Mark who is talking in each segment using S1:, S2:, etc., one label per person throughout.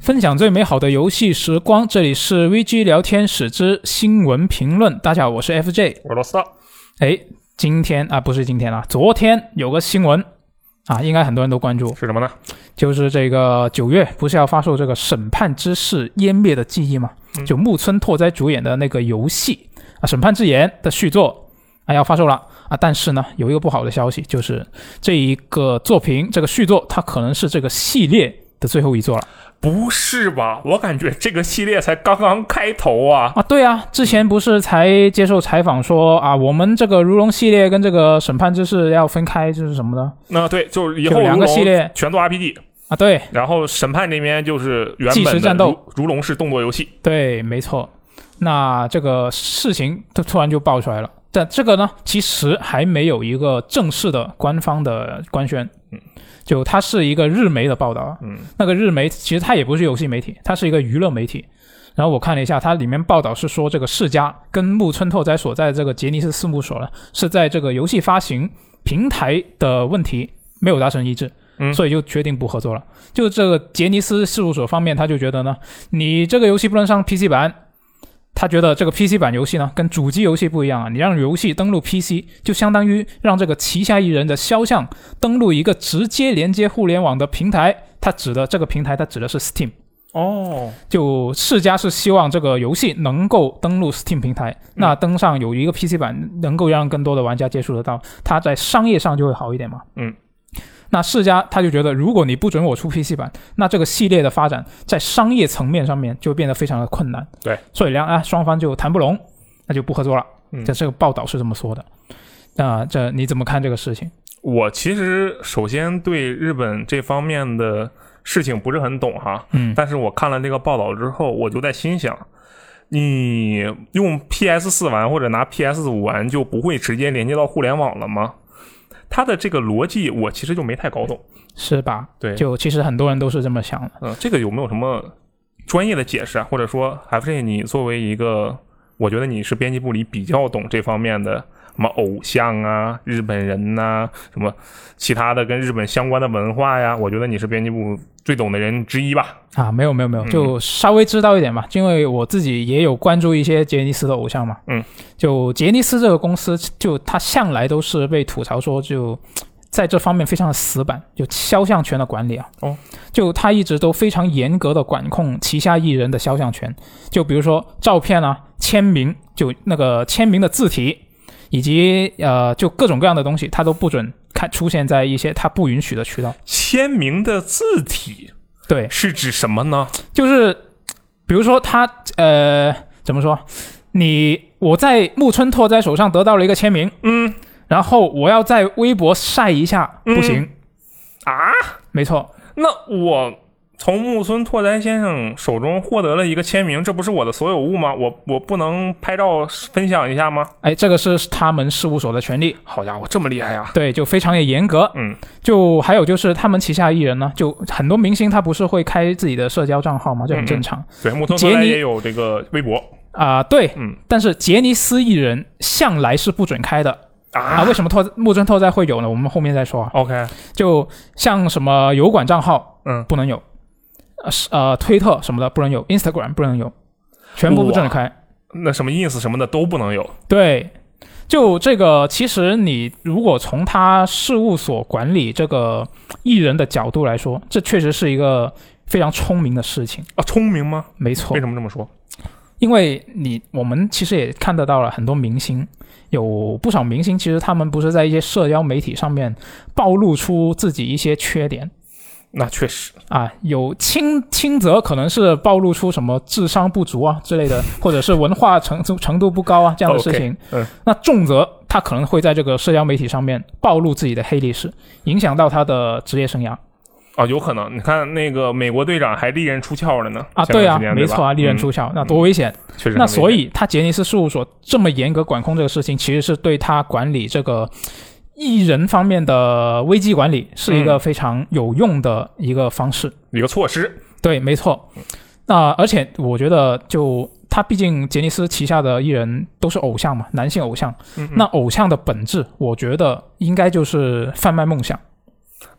S1: 分享最美好的游戏时光，这里是 VG 聊天室之新闻评论。大家好，我是 FJ。
S2: 我罗斯特，
S1: 哎，今天啊，不是今天啊，昨天有个新闻啊，应该很多人都关注，
S2: 是什么呢？
S1: 就是这个九月不是要发售这个《审判之誓：湮灭的记忆》吗？
S2: 嗯
S1: 就木村拓哉主演的那个游戏啊，《审判之言》的续作啊要发售了啊，但是呢，有一个不好的消息，就是这一个作品，这个续作，它可能是这个系列的最后一作了。
S2: 不是吧？我感觉这个系列才刚刚开头啊！
S1: 啊，对啊，之前不是才接受采访说啊，我们这个《如龙》系列跟这个《审判之誓》要分开，就是什么的
S2: 那对，就是以
S1: 就
S2: 后
S1: 两
S2: 如
S1: 个
S2: 龙
S1: 系列
S2: 全做 RPG，
S1: 啊，对
S2: 然后审判这边就是原
S1: 即时
S2: 本的
S1: 战斗
S2: 如如龙式动作游戏。
S1: 对，没错。那这个事情它突然就爆出来了，但这个呢，其实还没有一个正式的官方的官宣
S2: 嗯，
S1: 就它是一个日媒的报道啊，
S2: 嗯，
S1: 那个日媒其实它也不是游戏媒体，它是一个娱乐媒体。然后我看了一下，它里面报道是说，这个世嘉跟木村拓哉所在的这个杰尼斯事务所呢，是在这个游戏发行平台的问题没有达成一致，
S2: 嗯
S1: 所以就决定不合作了。就这个杰尼斯事务所方面，他就觉得呢，你这个游戏不能上 PC 版。他觉得这个 PC 版游戏呢，跟主机游戏不一样啊！你让游戏登录 PC，就相当于让这个旗下艺人的肖像登录一个直接连接互联网的平台，它指的这个平台，它指的是 Steam。
S2: 哦，
S1: 就世嘉是希望这个游戏能够登录 Steam 平
S2: 嗯
S1: 台，那登上有一个 PC 版，能够让更多的玩家接触得到，它在商业上就会好一点嘛。
S2: 嗯。
S1: 那世嘉他就觉得，如果你不准我出 PC 版，那这个系列的发展在商业层面上面就变得非常的困难。
S2: 对，
S1: 所以两啊双方就谈不拢，那就不合作了。
S2: 嗯
S1: 这这个报道是这么说的。那、这你怎么看这个事情？
S2: 我其实首先对日本这方面的事情不是很懂哈，
S1: 嗯
S2: 但是我看了这个报道之后，我就在心想。你用 PS 四玩或者拿 PS 五玩，就不会直接连接到互联网了吗？它的这个逻辑我其实就没太搞懂。
S1: 是吧？
S2: 对
S1: 就其实很多人都是这么想的。
S2: 嗯，这个有没有什么专业的解释啊？或者说，FJ，你作为一个，我觉得你是编辑部里比较懂这方面的，什么偶像啊、日本人呐、什么其他的跟日本相关的文化呀，我觉得你是编辑部最懂的人之一吧。
S1: 啊，没有没有没有，
S2: 嗯
S1: 就稍微知道一点吧，因为我自己也有关注一些杰尼斯的偶像嘛。
S2: 嗯，
S1: 就杰尼斯这个公司，就它向来都是被吐槽说就。在这方面非常的死板，就肖像权的管理啊，
S2: 哦，
S1: 就他一直都非常严格的管控旗下艺人的肖像权，就比如说照片啊、签名，就那个签名的字体，以及呃，就各种各样的东西，他都不准看出现在一些他不允许的渠道。
S2: 签名的字体
S1: 对，
S2: 是指什么呢？
S1: 就是比如说他呃怎么说，你我在木村拓哉手上得到了一个签名，
S2: 嗯
S1: 然后我要在微博晒一下，
S2: 嗯
S1: 不行，
S2: 啊，
S1: 没错，
S2: 那我。从木村拓哉先生手中获得了一个签名，这不是我的所有物吗？我我不能拍照分享一下吗？
S1: 哎，这个是他们事务所的权利，
S2: 好家伙，这么厉害呀、
S1: 对，就非常的严格。
S2: 嗯，
S1: 就还有就是他们旗下艺人呢，就很多明星他不是会开自己的社交账号嘛，这很正常
S2: 对，木村
S1: 杰
S2: 拓哉
S1: 尼
S2: 也有这个微博
S1: 啊、对，
S2: 嗯，
S1: 但是杰尼斯艺人向来是不准开的啊，
S2: 啊。
S1: 为什么拓木村拓哉会有呢？我们后面再说啊。
S2: OK，
S1: 就像什么油管账号，
S2: 嗯，
S1: 不能有，呃是呃推特什么的不能有，Instagram 不能有，全部不准开。
S2: 那什么 ins 什么的都不能有。
S1: 对，就这个，其实你如果从他事务所管理这个艺人的角度来说，这确实是一个非常聪明的事情，
S2: 啊，聪明吗？
S1: 没错
S2: 为。什么这么说？
S1: 因为你我们其实也看得到了很多明星，有不少明星其实他们不是在一些社交媒体上面暴露出自己一些缺点。
S2: 那确实，
S1: 啊，有轻轻则可能是暴露出什么智商不足啊之类的，或者是文化程度程度不高啊这样的事情。
S2: 嗯
S1: 那重则他可能会在这个社交媒体上面暴露自己的黑历史，影响到他的职业生涯
S2: 啊，有可能。你看那个美国队长还利刃出鞘了呢。
S1: 啊。
S2: 前段
S1: 对啊
S2: 时间，
S1: 没错啊，利刃，
S2: 吧嗯
S1: 出鞘，那多危险！
S2: 嗯确实很危险。
S1: 那所以他杰尼斯事务所这么严格管控这个事情，其实是对他管理这个。艺人方面的危机管理是一个
S2: 嗯
S1: 非常有用的一个方式。
S2: 一个措施，
S1: 对，没错。那、而且我觉得就。他毕竟杰尼斯旗下的艺人都是偶像嘛，男性偶像。
S2: 嗯嗯
S1: 那偶像的本质，我觉得应该就是贩卖梦想。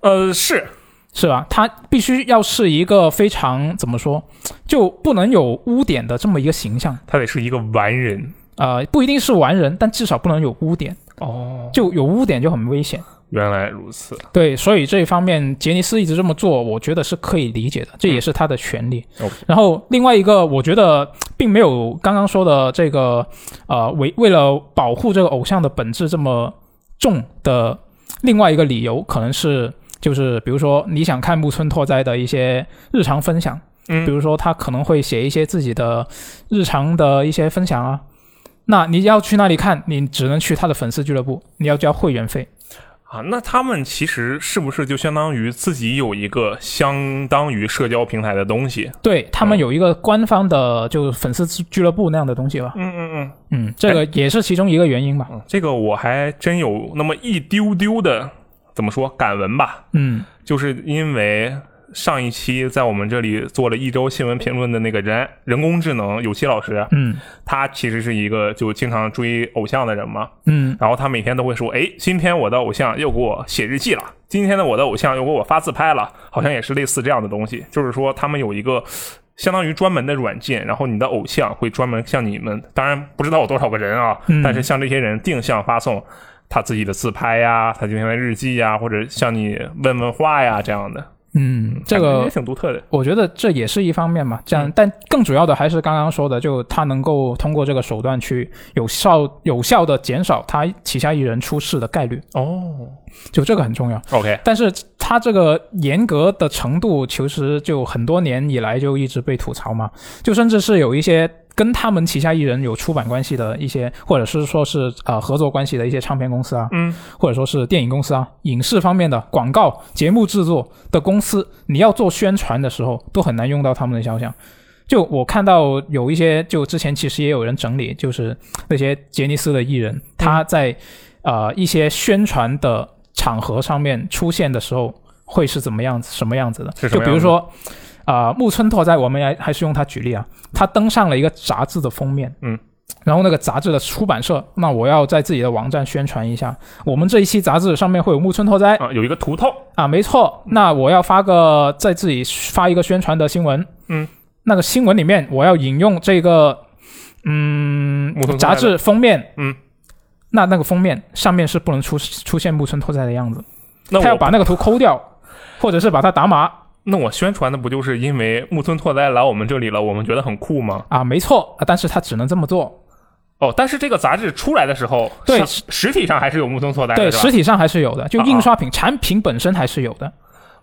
S2: 呃是
S1: 是吧？它必须要是一个非常怎么说，就不能有污点的这么一个形象。
S2: 他得是一个完人
S1: 呃，不一定是完人，但至少不能有污点，
S2: 哦。
S1: 就有污点就很危险。
S2: 原来如此，
S1: 对，所以这一方面杰尼斯一直这么做，我觉得是可以理解的，这也是他的权利。
S2: OK
S1: 然后另外一个，我觉得并没有刚刚说的这个呃为为了保护这个偶像的本质这么重的另外一个理由，可能是就是比如说你想看木村拓哉的一些日常分享，比
S2: 嗯，
S1: 如说他可能会写一些自己的日常的一些分享啊。那你要去那里看，你只能去他的粉丝俱乐部，你要交会员费。
S2: 啊，那他们其实是不是就相当于自己有一个相当于社交平台的东西？
S1: 对他们
S2: 嗯
S1: 有一个官方的，就是粉丝俱乐部那样的东西吧。
S2: 嗯嗯嗯，
S1: 嗯，这个也是其中一个原因吧。
S2: 嗯，这个我还真有那么一丢丢的，怎么说感闻吧，
S1: 嗯
S2: 就是因为上一期在我们这里做了一周新闻评论的那个人人工智能有希老师，
S1: 嗯
S2: 他其实是一个就经常追偶像的人嘛，
S1: 嗯
S2: 然后他每天都会说，哎，今天我的偶像又给我写日记了，今天的我的偶像又给我发自拍了，好像也是类似这样的东西，就是说他们有一个。相当于专门的软件，然后你的偶像会专门向你们，当然不知道有多少个人啊，
S1: 嗯
S2: 但是像这些人定向发送他自己的自拍呀，他今天的日记呀，或者向你问问话呀这样的，
S1: 嗯，这
S2: 感觉也
S1: 个
S2: 挺独特的。
S1: 我觉得这也是一方面嘛。这样
S2: 嗯，
S1: 但更主要的还是刚刚说的，就他能够通过这个手段去有效有效的减少他旗下艺人出事的概率，
S2: 哦
S1: 就这个很重要。
S2: ，OK，
S1: 但是他这个严格的程度，其实就很多年以来就一直被吐槽嘛，就甚至是有一些跟他们旗下艺人有出版关系的一些，或者是说是呃合作关系的一些唱片公司啊，
S2: 嗯，
S1: 或者说是电影公司啊、影视方面的广告、节目制作的公司，你要做宣传的时候，都很难用到他们的肖像。就我看到有一些，就之前其实也有人整理，就是那些杰尼斯的艺
S2: 嗯
S1: 人，他在、呃一些宣传的场合上面出现的时候，会是怎么样子、什么样子的？
S2: 是什
S1: 就
S2: 么样子
S1: 比如说，啊，木村拓哉，我们还还是用他举例啊，他登上了一个杂志的封面，
S2: 嗯，
S1: 然后那个杂志的出版社，那我要在自己的网站宣传一下，我们这一期杂志上面会有木村拓哉
S2: 啊，有一个图透，
S1: 啊，没错，那我要发个在自己发一个宣传的新闻，
S2: 嗯，
S1: 那个新闻里面我要引用这个，嗯
S2: 木村，拓哉
S1: 杂
S2: 的
S1: 志封面，
S2: 嗯。
S1: 那那个封面上面是不能出出现木村拓哉的样子，
S2: 那
S1: 他要
S2: 我
S1: 把那个图抠掉，或者是把它打码
S2: 那我宣传的不就是因为木村拓哉来我们这里了，我们觉得很酷吗？
S1: 啊，没错，啊但是他只能这么做，
S2: 哦，但是这个杂志出来的时候，
S1: 对
S2: 上实体上还是有木村拓哉的，
S1: 对，
S2: 是吧
S1: 实体上还是有的，就
S2: 啊啊
S1: 印刷品、产品本身还是有的。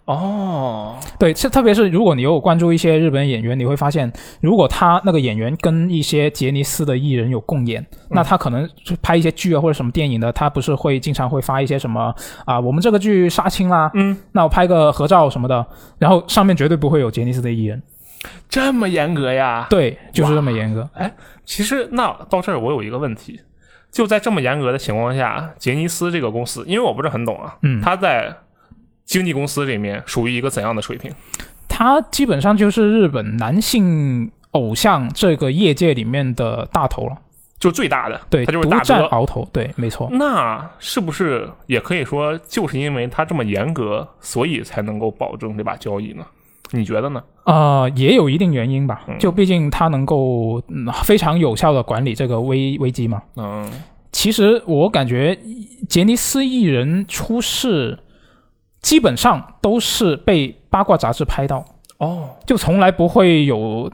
S2: 哦，
S1: 对，是特别是如果你有关注一些日本演员，你会发现，如果他那个演员跟一些杰尼斯的艺人有共演，
S2: 嗯
S1: 那他可能就拍一些剧啊或者什么电影的，他不是会经常会发一些什么啊，我们这个剧杀青啦，
S2: 嗯，
S1: 那我拍个合照什么的，然后上面绝对不会有杰尼斯的艺人。
S2: 这么严格呀？
S1: 对，就是这么严格。
S2: 其实那到这儿我有一个问题，就在这么严格的情况下，杰尼斯这个公司，因为我不是很懂啊，
S1: 嗯
S2: 它在经纪公司里面属于一个怎样的水平？
S1: 他基本上就是日本男性偶像这个业界里面的大头了，
S2: 就最大的，
S1: 对，
S2: 它就
S1: 独
S2: 是大
S1: 占
S2: 哥。
S1: 鳌头，对，没错。
S2: 那是不是也可以说，就是因为它这么严格，所以才能够保证这把交易呢？你觉得呢？
S1: 啊，也有一定原因吧
S2: 嗯，
S1: 就毕竟它能够、嗯、非常有效的管理这个危危机嘛。
S2: 嗯，
S1: 其实我感觉杰尼斯艺人出事，基本上都是被八卦杂志拍到，
S2: 哦，
S1: 就从来不会有，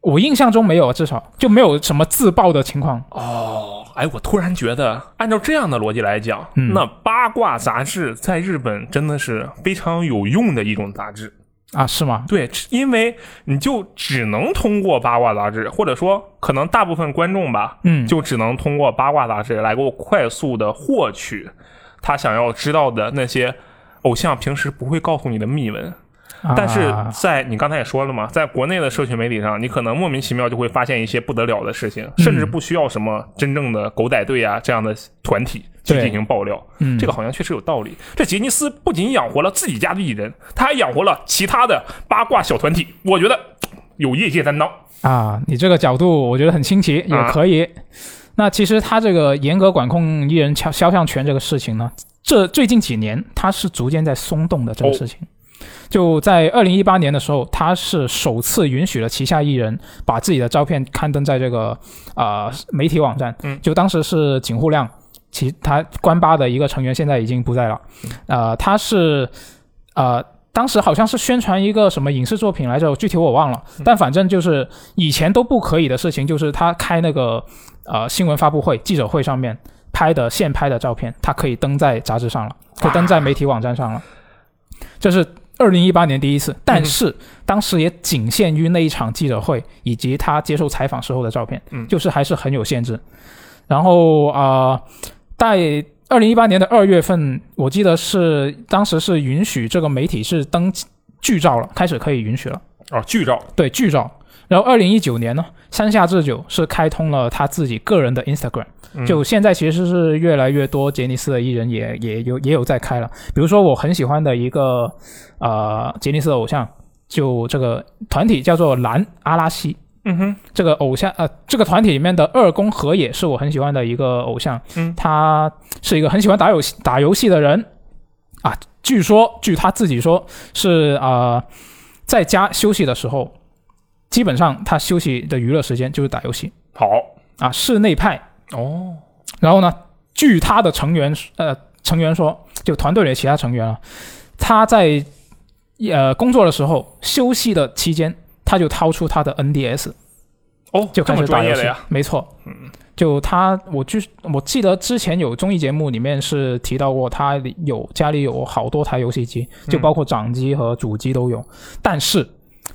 S1: 我印象中没有，至少就没有什么自爆的情况。
S2: 哦，哎，我突然觉得，按照这样的逻辑来讲，
S1: 嗯
S2: 那八卦杂志在日本真的是非常有用的一种杂志。
S1: 啊，是吗？
S2: 对，因为你就只能通过八卦杂志，或者说，可能大部分观众吧，
S1: 嗯，
S2: 就只能通过八卦杂志来给我快速的获取他想要知道的那些偶像平时不会告诉你的秘闻。但是
S1: 啊
S2: 在你刚才也说了嘛，在国内的社群媒体上，你可能莫名其妙就会发现一些不得了的事情，
S1: 嗯
S2: 甚至不需要什么真正的狗仔队啊这样的团体去
S1: 对
S2: 进行爆料。
S1: 嗯
S2: 这个好像确实有道理。这杰尼斯不仅养活了自己家的艺人，他还养活了其他的八卦小团体，我觉得有业界担当。
S1: 啊，你这个角度我觉得很新奇，也
S2: 啊
S1: 可以。那其实他这个严格管控艺人肖肖像权这个事情呢，这最近几年他是逐渐在松动的这个
S2: 哦
S1: 事情。就在二零一八年的时候，它是首次允许了旗下艺人把自己的照片刊登在这个啊、呃媒体网站。
S2: 嗯
S1: 就当时是井户亮，其他关八的一个成员，现在已经不在了。
S2: 嗯
S1: 呃，他是呃。当时好像是宣传一个什么影视作品来着，具体我忘了。
S2: 嗯
S1: 但反正就是以前都不可以的事情，就是他开那个呃新闻发布会、记者会上面拍的现拍的照片，他可以登在杂志上了，可以登在媒体网站上了。这是二零一八年第一次，但是当时也仅限于那一场记者会以及他接受采访时候的照片，
S2: 嗯
S1: 就是还是很有限制。然后啊、在二零一八年的二月份，我记得是当时是允许这个媒体是登剧照了，开始可以允许了，
S2: 哦，剧照
S1: 对剧照。然后二零一九年呢，山下智久是开通了他自己个人的 Instagram。
S2: 嗯
S1: 就现在其实是越来越多杰尼斯的艺人也也有也有在开了，比如说我很喜欢的一个呃杰尼斯的偶像，就这个团体叫做蓝阿拉西。
S2: 嗯哼，
S1: 这个偶像呃，这个团体里面的二宫和也是我很喜欢的一个偶像，
S2: 嗯
S1: 他是一个很喜欢打游戏打游戏的人啊。据说，据他自己说，是啊、呃在家休息的时候，基本上他休息的娱乐时间就是打游戏
S2: 好
S1: 啊，室内派
S2: 哦，
S1: 然后呢，据他的成员呃成员说，就团队里的其他成员啊，他在呃工作的时候休息的期间，他就掏出他的 NDS
S2: 哦，
S1: 就
S2: 这
S1: 开
S2: 么
S1: 始打
S2: 专
S1: 游
S2: 业
S1: 戏
S2: 的呀，，
S1: 没错，
S2: 嗯，
S1: 就他，我就是我记得之前有综艺节目里面是提到过，他有家里有好多台游戏机，
S2: 嗯
S1: 就包括掌机和主机都有，但是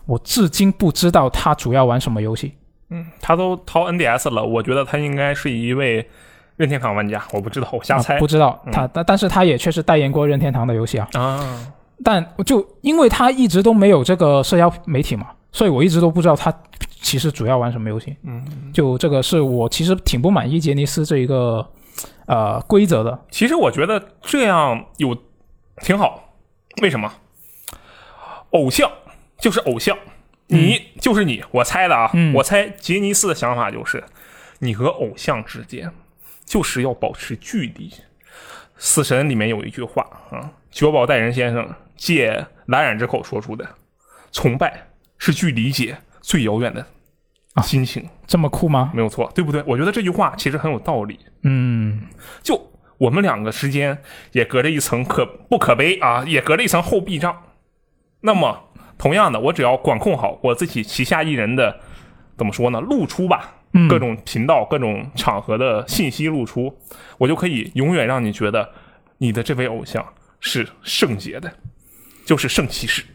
S1: 我至今不知道他主要玩什么游戏。
S2: 嗯，他都掏 NDS 了，我觉得他应该是一位任天堂玩家，我不知道，我瞎
S1: 啊
S2: 猜
S1: 不知道
S2: 嗯
S1: 他，但但是他也确实代言过任天堂的游戏啊。
S2: 啊，
S1: 但就因为他一直都没有这个社交媒体嘛，所以我一直都不知道他其实主要玩什么游戏。
S2: 嗯，
S1: 就这个是我其实挺不满意杰尼斯这一个呃规则的。
S2: 其实我觉得这样有挺好，为什么？偶像就是偶像，你就是你，我猜的啊，
S1: 嗯
S2: 我猜杰尼斯的想法就是，你和偶像之间就是要保持距离。死神里面有一句话啊，久保带人先生借蓝染之口说出的：“崇拜是距理解最遥远的
S1: 啊
S2: 心情。
S1: 这么酷吗？
S2: 没有错，对不对？我觉得这句话其实很有道理。
S1: 嗯，
S2: 就我们两个之间也隔着一层可不可悲啊，也隔着一层厚壁障。那么，同样的，我只要管控好我自己旗下艺人的怎么说呢，露出吧，
S1: 嗯
S2: 各种频道、各种场合的信息露出，我就可以永远让你觉得你的这位偶像是圣洁的，就是圣骑士。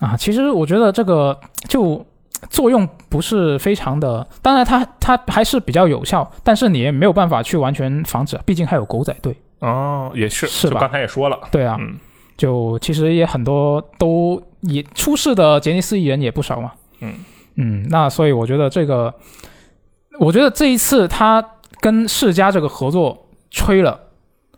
S1: 啊，其实我觉得这个就作用不是非常的，当然它它还是比较有效，但是你也没有办法去完全防止，毕竟还有狗仔队。
S2: 哦，也是，
S1: 是吧
S2: 就刚才也说了，
S1: 对啊，
S2: 嗯
S1: 就其实也很多都也出事的杰尼斯艺人也不少嘛。
S2: 嗯
S1: 嗯，那所以我觉得这个，我觉得这一次他跟世嘉这个合作吹了，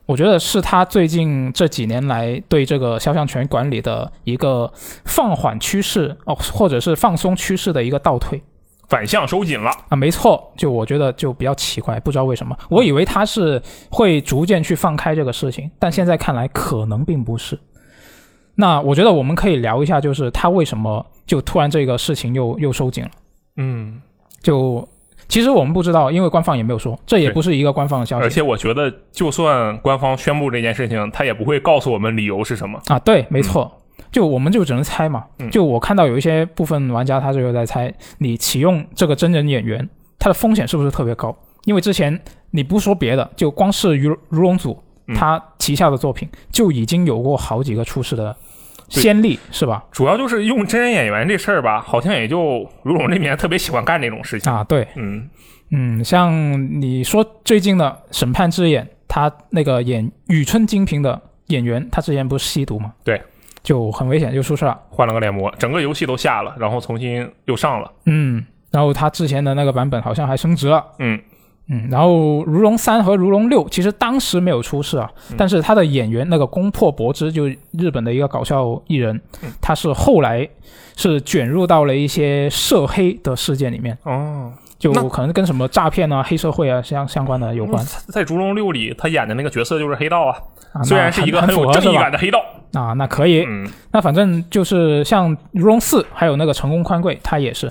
S1: 我觉得是他最近这几年来对这个肖像权管理的一个放缓趋势哦，或者是放松趋势的一个倒退。
S2: 反向收紧了。
S1: 啊，没错，就我觉得就比较奇怪，不知道为什么，我以为他是会逐渐去放开这个事情，但现在看来可能并不是。那我觉得我们可以聊一下，就是他为什么就突然这个事情又又收紧了？
S2: 嗯，
S1: 就其实我们不知道，因为官方也没有说，这也
S2: 对呃
S1: 不是一个官方的消
S2: 而
S1: 息
S2: 且我觉得，就算官方宣布这件事情，他也不会告诉我们理由是什么。
S1: 啊。对，没错，就我们就只能猜嘛
S2: 嗯。
S1: 就我看到有一些部分玩家他就有在猜，你启用这个真人演员，他的风险是不是特别高？因为之前你不说别的，就光是如如龙组
S2: 嗯
S1: 他旗下的作品就已经有过好几个出事的
S2: 对
S1: 先例，是吧？
S2: 主要就是用真人演员这事儿吧，好像也就卢总这边特别喜欢干这种事情。
S1: 啊，对，
S2: 嗯，
S1: 嗯，像你说最近的《审判之眼》，他那个演宇春精平的演员，他之前不是吸毒吗？
S2: 对，
S1: 就很危险，就出事了。
S2: 换了个脸模，整个游戏都下了，然后重新又上了。
S1: 嗯，然后他之前的那个版本好像还升值了。
S2: 嗯，
S1: 嗯，然后《如龙三》和《如龙六》其实当时没有出事啊，
S2: 嗯
S1: 但是他的演员那个宫破博之，就日本的一个搞笑艺人
S2: 嗯，
S1: 他是后来是卷入到了一些涉黑的事件里面，
S2: 哦，
S1: 就
S2: 那嗯
S1: 可能跟什么诈骗啊、黑社会啊相相关的有关
S2: 在《逐龙六》里，他演的那个角色就是黑道啊，
S1: 啊。
S2: 虽
S1: 那
S2: 然是一个
S1: 很
S2: 有
S1: 符合
S2: 正
S1: 是
S2: 义
S1: 吧
S2: 感的黑道，
S1: 啊，那可以。
S2: 嗯
S1: 那反正就是像《如龙四》还有那个《成功宽贵》，它也是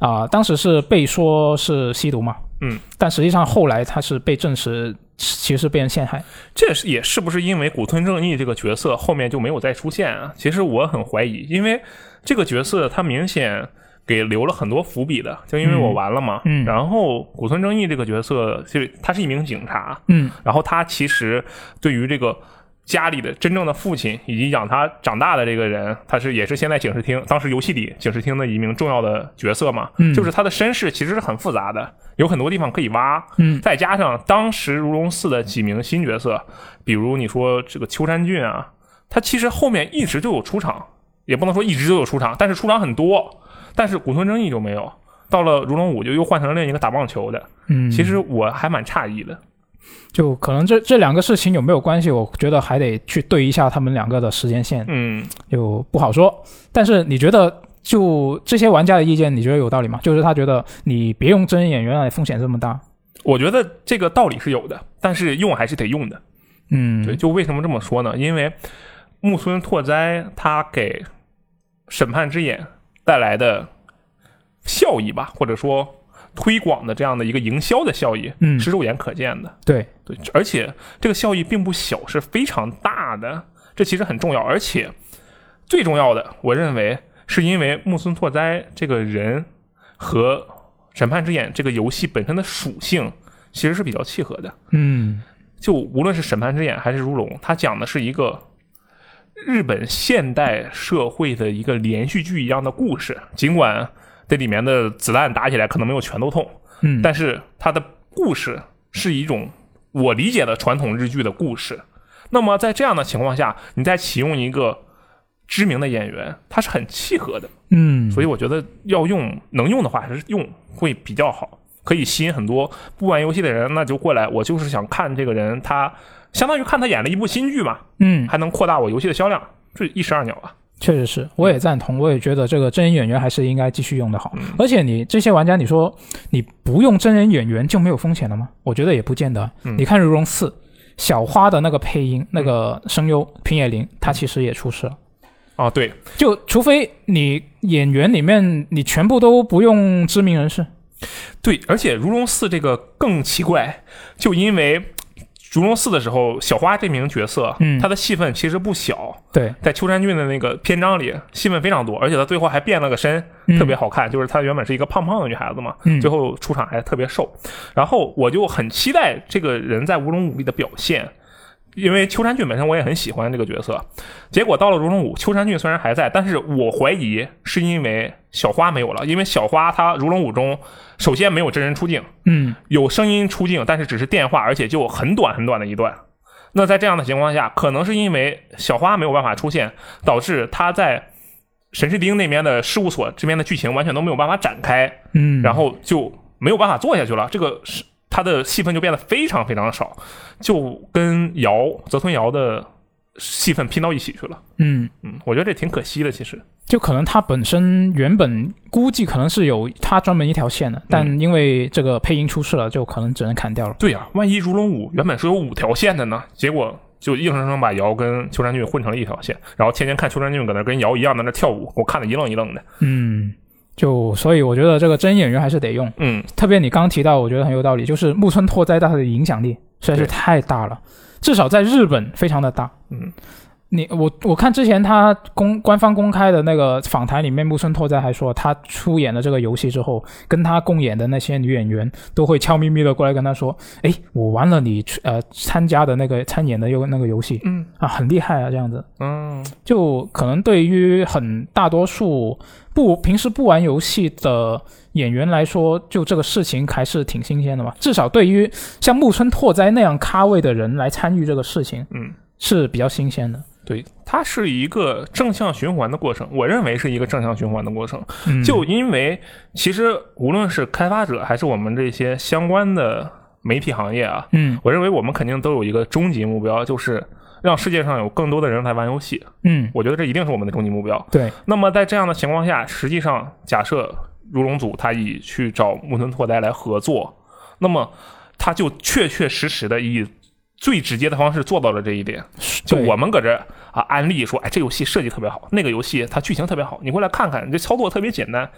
S1: 啊、当时是被说是吸毒嘛，
S2: 嗯，
S1: 但实际上后来他是被证实其实是被人陷害。
S2: 这是也是不是因为古村正义这个角色后面就没有再出现啊？其实我很怀疑，因为这个角色他明显给留了很多伏笔的，就因为我
S1: 嗯
S2: 完了嘛。
S1: 嗯
S2: 然后古村正义这个角色，就是他是一名警察，
S1: 嗯
S2: 然后他其实对于这个。家里的真正的父亲以及养他长大的这个人，他是也是现在警视厅当时游戏里警视厅的一名重要的角色嘛，
S1: 嗯
S2: 就是他的身世其实是很复杂的，有很多地方可以挖，
S1: 嗯
S2: 再加上当时如龙四的几名新角色，比如你说这个秋山俊啊，他其实后面一直就有出场，也不能说一直就有出场，但是出场很多，但是古村正义就没有。到了如龙五就又换成了另一个打棒球的，
S1: 嗯，
S2: 其实我还蛮诧异的。
S1: 就可能这这两个事情有没有关系，我觉得还得去对一下他们两个的时间线，
S2: 嗯，
S1: 就不好说。但是你觉得？就这些玩家的意见，你觉得有道理吗？就是他觉得你别用真人演员来风险这么大。
S2: 我觉得这个道理是有的，但是用还是得用的。
S1: 嗯，
S2: 对，就为什么这么说呢？因为木村拓哉他给《审判之眼》带来的效益吧，或者说推广的这样的一个营销的效益，
S1: 嗯
S2: 是肉眼可见的。
S1: 对，
S2: 对，而且这个效益并不小，是非常大的，这其实很重要。而且最重要的，我认为是因为木村拓哉这个人和《审判之眼》这个游戏本身的属性其实是比较契合的。
S1: 嗯
S2: 就无论是《审判之眼》还是《如龙》，它讲的是一个日本现代社会的一个连续剧一样的故事。尽管这里面的子弹打起来可能没有拳头痛，
S1: 嗯，
S2: 但是它的故事是一种我理解的传统日剧的故事。那么在这样的情况下，你再启用一个知名的演员，它是很契合的。
S1: 嗯，
S2: 所以我觉得要用，能用的话还是用会比较好，可以吸引很多不玩游戏的人，那就过来，我就是想看这个人，他相当于看他演了一部新剧嘛，
S1: 嗯，
S2: 还能扩大我游戏的销量，这一石二鸟啊。
S1: 确实是，我也赞同，我也觉得这个真人演员还是应该继续用的好。
S2: 嗯
S1: 而且你这些玩家，你说你不用真人演员就没有风险了吗？我觉得也不见得。
S2: 嗯
S1: 你看《如龙四》，小花的那个配音那个声优平野绫，她其实也出事了。
S2: 啊，对，
S1: 就除非你演员里面你全部都不用知名人士，
S2: 对，而且《如龙四》这个更奇怪，就因为《如龙四》的时候，小花这名角色，
S1: 嗯
S2: 她的戏份其实不小，
S1: 对，
S2: 在秋山俊的那个篇章里戏份非常多，而且她最后还变了个身，
S1: 嗯
S2: 特别好看。就是她原本是一个胖胖的女孩子嘛，
S1: 嗯
S2: 最后出场还特别瘦。然后我就很期待这个人在《无龙五》里的表现。因为秋山俊本身我也很喜欢这个角色，结果到了《如龙五》，秋山俊虽然还在，但是我怀疑是因为小花没有了，因为小花她《如龙五》中首先没有真人出镜，
S1: 嗯
S2: 有声音出镜，但是只是电话，而且就很短很短的一段。那在这样的情况下，可能是因为小花没有办法出现，导致他在神士町那边的事务所这边的剧情完全都没有办法展开，
S1: 嗯，
S2: 然后就没有办法做下去了。这个是他的戏份就变得非常非常少，就跟瑶泽村瑶的戏份拼到一起去了。
S1: 嗯，
S2: 嗯，我觉得这挺可惜的，其实。
S1: 就可能他本身原本估计可能是有他专门一条线的，
S2: 嗯
S1: 但因为这个配音出事了，就可能只能砍掉了。
S2: 对呀、万一如龙五原本是有五条线的呢，结果就硬生生把瑶跟秋山俊混成了一条线，然后天天看秋山俊搁那跟瑶一样在那跳舞，我看的一愣一愣的。
S1: 嗯，就所以我觉得这个真演员还是得用，
S2: 嗯，
S1: 特别你刚刚提到，我觉得很有道理，就是木村拓哉他的影响力实在是
S2: 对
S1: 太大了，至少在日本非常的大。
S2: 嗯，
S1: 你我我看之前他公官方公开的那个访谈里面，木村拓哉还说，他出演了这个游戏之后，跟他共演的那些女演员都会悄咪咪的过来跟他说：“哎，我玩了你出呃参加的那个参演的游那个游戏
S2: 嗯
S1: 啊，很厉害啊，这样子。”
S2: 嗯
S1: 就可能对于很大多数不平时不玩游戏的演员来说，就这个事情还是挺新鲜的嘛。至少对于像木村拓哉那样咖位的人来参与这个事情
S2: 嗯，
S1: 是比较新鲜的。
S2: 对，它是一个正向循环的过程，我认为是一个正向循环的过程。
S1: 嗯，
S2: 就因为其实无论是开发者还是我们这些相关的媒体行业啊，
S1: 嗯
S2: 我认为我们肯定都有一个终极目标，就是让世界上有更多的人来玩游戏。
S1: 嗯，
S2: 我觉得这一定是我们的终极目标。
S1: 对，
S2: 那么在这样的情况下，实际上假设如龙组他以去找木村拓哉来合作，那么他就确确实实的以最直接的方式做到了这一点。就
S1: 对
S2: 我们搁这啊安利说，哎，这游戏设计特别好，那个游戏它剧情特别好，你过来看看，你这操作特别简单，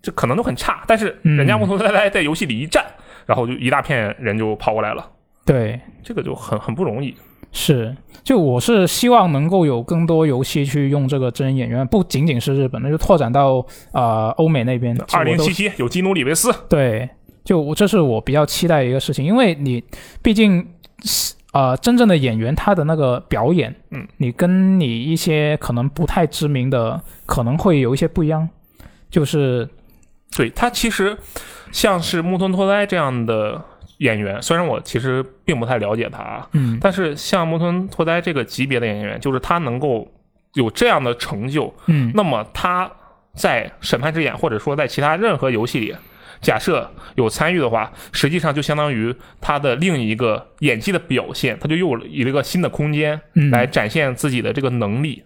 S2: 这可能都很差，但是人家
S1: 嗯
S2: 摩托车在在游戏里一站，然后就一大片人就跑过来了，
S1: 对，
S2: 这个就很很不容易。
S1: 是，就我是希望能够有更多游戏去用这个真人演员，不仅仅是日本，那就拓展到呃欧美那边。其实
S2: 二
S1: 我
S2: 零
S1: 都
S2: 七七有基努里维斯，
S1: 对，就我这是我比较期待一个事情，因为你毕竟是呃真正的演员他的那个表演，
S2: 嗯，
S1: 你跟你一些可能不太知名的可能会有一些不一样，就是
S2: 对他其实像是木村拓哉这样的演员，虽然我其实并不太了解他啊，
S1: 嗯
S2: 但是像木村拓哉这个级别的演员，就是他能够有这样的成就，
S1: 嗯
S2: 那么他在《审判之眼》或者说在其他任何游戏里，假设有参与的话，实际上就相当于他的另一个演技的表现，他就又有了一个新的空间
S1: 嗯
S2: 来展现自己的这个能力，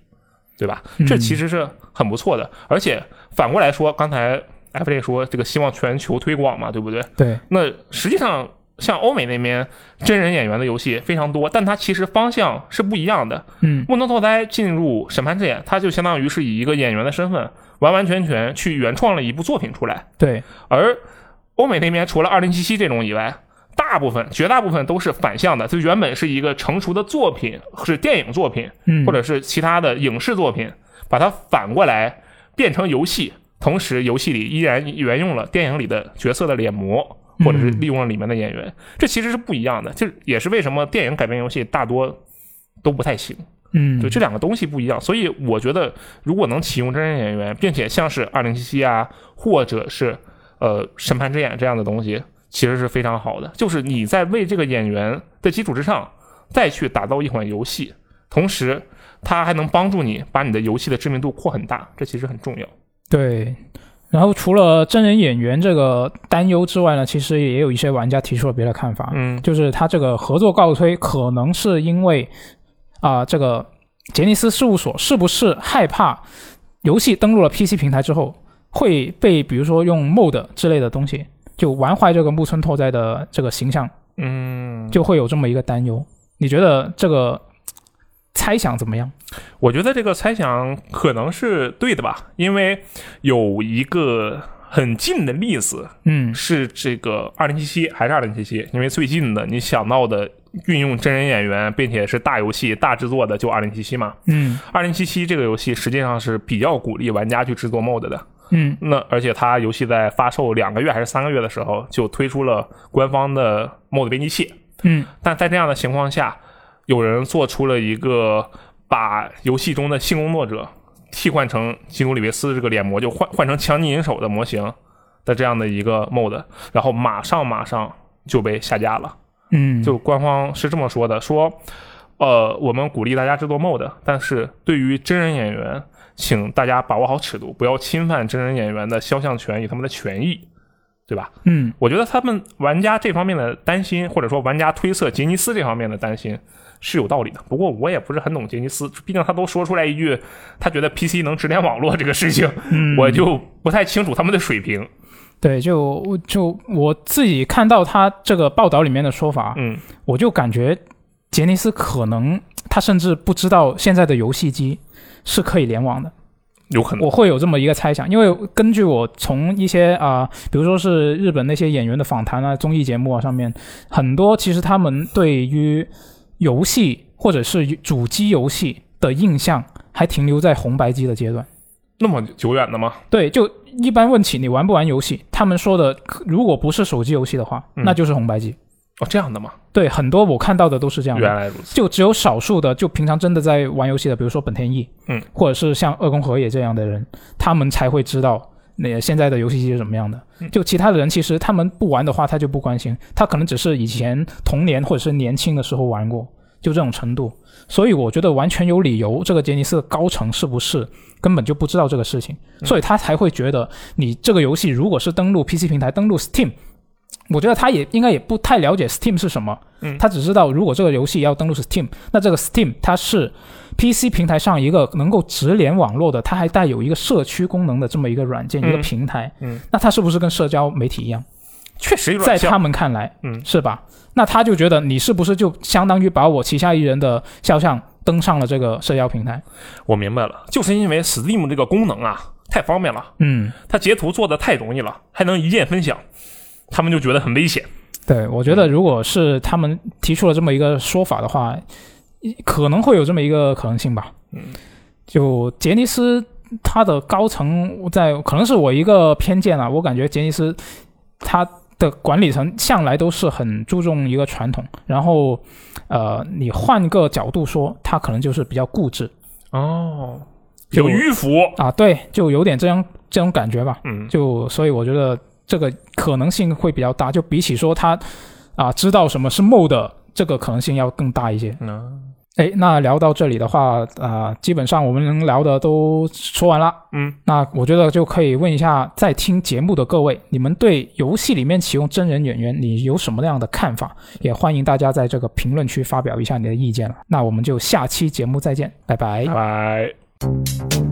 S2: 对吧？
S1: 嗯
S2: 这其实是很不错的。而且反过来说，刚才 F J 说这个希望全球推广嘛，对不对？
S1: 对
S2: 那实际上，像欧美那边真人演员的游戏非常多，但它其实方向是不一样的。
S1: 嗯
S2: 木能拓哉进入审判之眼，他就相当于是以一个演员的身份，完完全全去原创了一部作品出来。
S1: 对
S2: 而欧美那边除了二零七七这种以外，大部分绝大部分都是反向的，就原本是一个成熟的作品，是电影作品
S1: 嗯
S2: 或者是其他的影视作品，把它反过来变成游戏，同时游戏里依然沿用了电影里的角色的脸模，或者是利用了里面的演员，这其实是不一样的。这也是为什么电影改编游戏大多都不太行。
S1: 嗯
S2: 对，这两个东西不一样，所以我觉得如果能启用真人演员，并且像是二零七七啊，或者是呃《审判之眼》这样的东西，其实是非常好的。就是你在为这个演员的基础之上，再去打造一款游戏，同时它还能帮助你把你的游戏的知名度扩很大，这其实很重要。
S1: 对。然后除了真人演员这个担忧之外呢，其实也有一些玩家提出了别的看法，
S2: 嗯，
S1: 就是他这个合作告吹，可能是因为啊、这个杰尼斯事务所是不是害怕游戏登陆了 PC 平台之后会被比如说用 mod 之类的东西就玩坏这个木村拓哉的这个形象，
S2: 嗯，
S1: 就会有这么一个担忧。你觉得这个猜想怎么样？
S2: 我觉得这个猜想可能是对的吧，因为有一个很近的例子，
S1: 嗯
S2: 是这个二零七七还是二零七七？因为最近的你想到的运用真人演员，并且是大游戏、大制作的，就二零七七嘛。
S1: 嗯
S2: 二零七七这个游戏实际上是比较鼓励玩家去制作 MOD 的。
S1: 嗯
S2: 那而且它游戏在发售两个月还是三个月的时候，就推出了官方的 MOD 编辑器。
S1: 嗯
S2: 但在这样的情况下，有人做出了一个把游戏中的性工作者替换成基努里维斯这个脸模，就换换成强尼银手的模型的这样的一个 mod，然后马上马上就被下架了。
S1: 嗯，
S2: 就官方是这么说的，说，呃，我们鼓励大家制作 mod，但是对于真人演员，请大家把握好尺度，不要侵犯真人演员的肖像权与他们的权益，对吧？
S1: 嗯
S2: 我觉得他们玩家这方面的担心，或者说玩家推测杰尼斯这方面的担心是有道理的。不过我也不是很懂杰尼斯，毕竟他都说出来一句，他觉得 PC 能直连网络这个事情，
S1: 嗯，
S2: 我就不太清楚他们的水平。
S1: 对就就我自己看到他这个报道里面的说法，
S2: 嗯
S1: 我就感觉杰尼斯可能他甚至不知道现在的游戏机是可以联网的，
S2: 有可能。
S1: 我会有这么一个猜想，因为根据我从一些啊、比如说是日本那些演员的访谈啊、综艺节目啊上面，很多其实他们对于游戏或者是主机游戏的印象还停留在红白机的阶段。
S2: 那么久远的吗？
S1: 对，就一般问起你玩不玩游戏，他们说的如果不是手机游戏的话，
S2: 嗯
S1: 那就是红白机。
S2: 哦，这样的吗？
S1: 对，很多我看到的都是这样的。
S2: 原来如此。
S1: 就只有少数的，就平常真的在玩游戏的，比如说本天翼，
S2: 嗯，
S1: 或者是像二宫和也这样的人，他们才会知道那现在的游戏机是怎么样的
S2: 嗯。
S1: 就其他的人，其实他们不玩的话，他就不关心，他可能只是以前童年或者是年轻的时候玩过，就这种程度。所以我觉得完全有理由，这个杰尼斯的高层是不是根本就不知道这个事情，
S2: 嗯
S1: 所以他才会觉得你这个游戏如果是登录 PC 平台、登录 Steam，我觉得他也应该也不太了解 Steam 是什么，
S2: 嗯
S1: 他只知道如果这个游戏要登录 Steam，那这个 Steam 它是 PC 平台上一个能够直连网络的，它还带有一个社区功能的这么一个软件、
S2: 嗯
S1: 一个平台，
S2: 嗯，
S1: 那它是不是跟社交媒体一样？
S2: 确实有
S1: 在
S2: 点像。
S1: 他们看来，
S2: 嗯
S1: 是吧？那他就觉得你是不是就相当于把我旗下艺人的肖像登上了这个社交平台。
S2: 我明白了，就是因为 Steam 这个功能啊太方便了，
S1: 嗯，
S2: 它截图做的太容易了，还能一键分享，他们就觉得很危险。
S1: 对，我觉得嗯如果是他们提出了这么一个说法的话，可能会有这么一个可能性吧。
S2: 嗯，
S1: 就杰尼斯他的高层在，可能是我一个偏见啊，我感觉杰尼斯他的管理层向来都是很注重一个传统，然后呃，你换个角度说，他可能就是比较固执
S2: 哦，
S1: 就
S2: 有迂腐，
S1: 啊，对，就有点这样这种感觉吧。
S2: 嗯，
S1: 就所以我觉得这个可能性会比较大，就比起说他啊知道什么是 mod 这个可能性要更大一些。
S2: 嗯
S1: 哎，那聊到这里的话，啊、基本上我们能聊的都说完了。
S2: 嗯，
S1: 那我觉得就可以问一下在听节目的各位，你们对游戏里面启用真人演员，你有什么样的看法？也欢迎大家在这个评论区发表一下你的意见了。那我们就下期节目再见，拜拜
S2: 拜拜。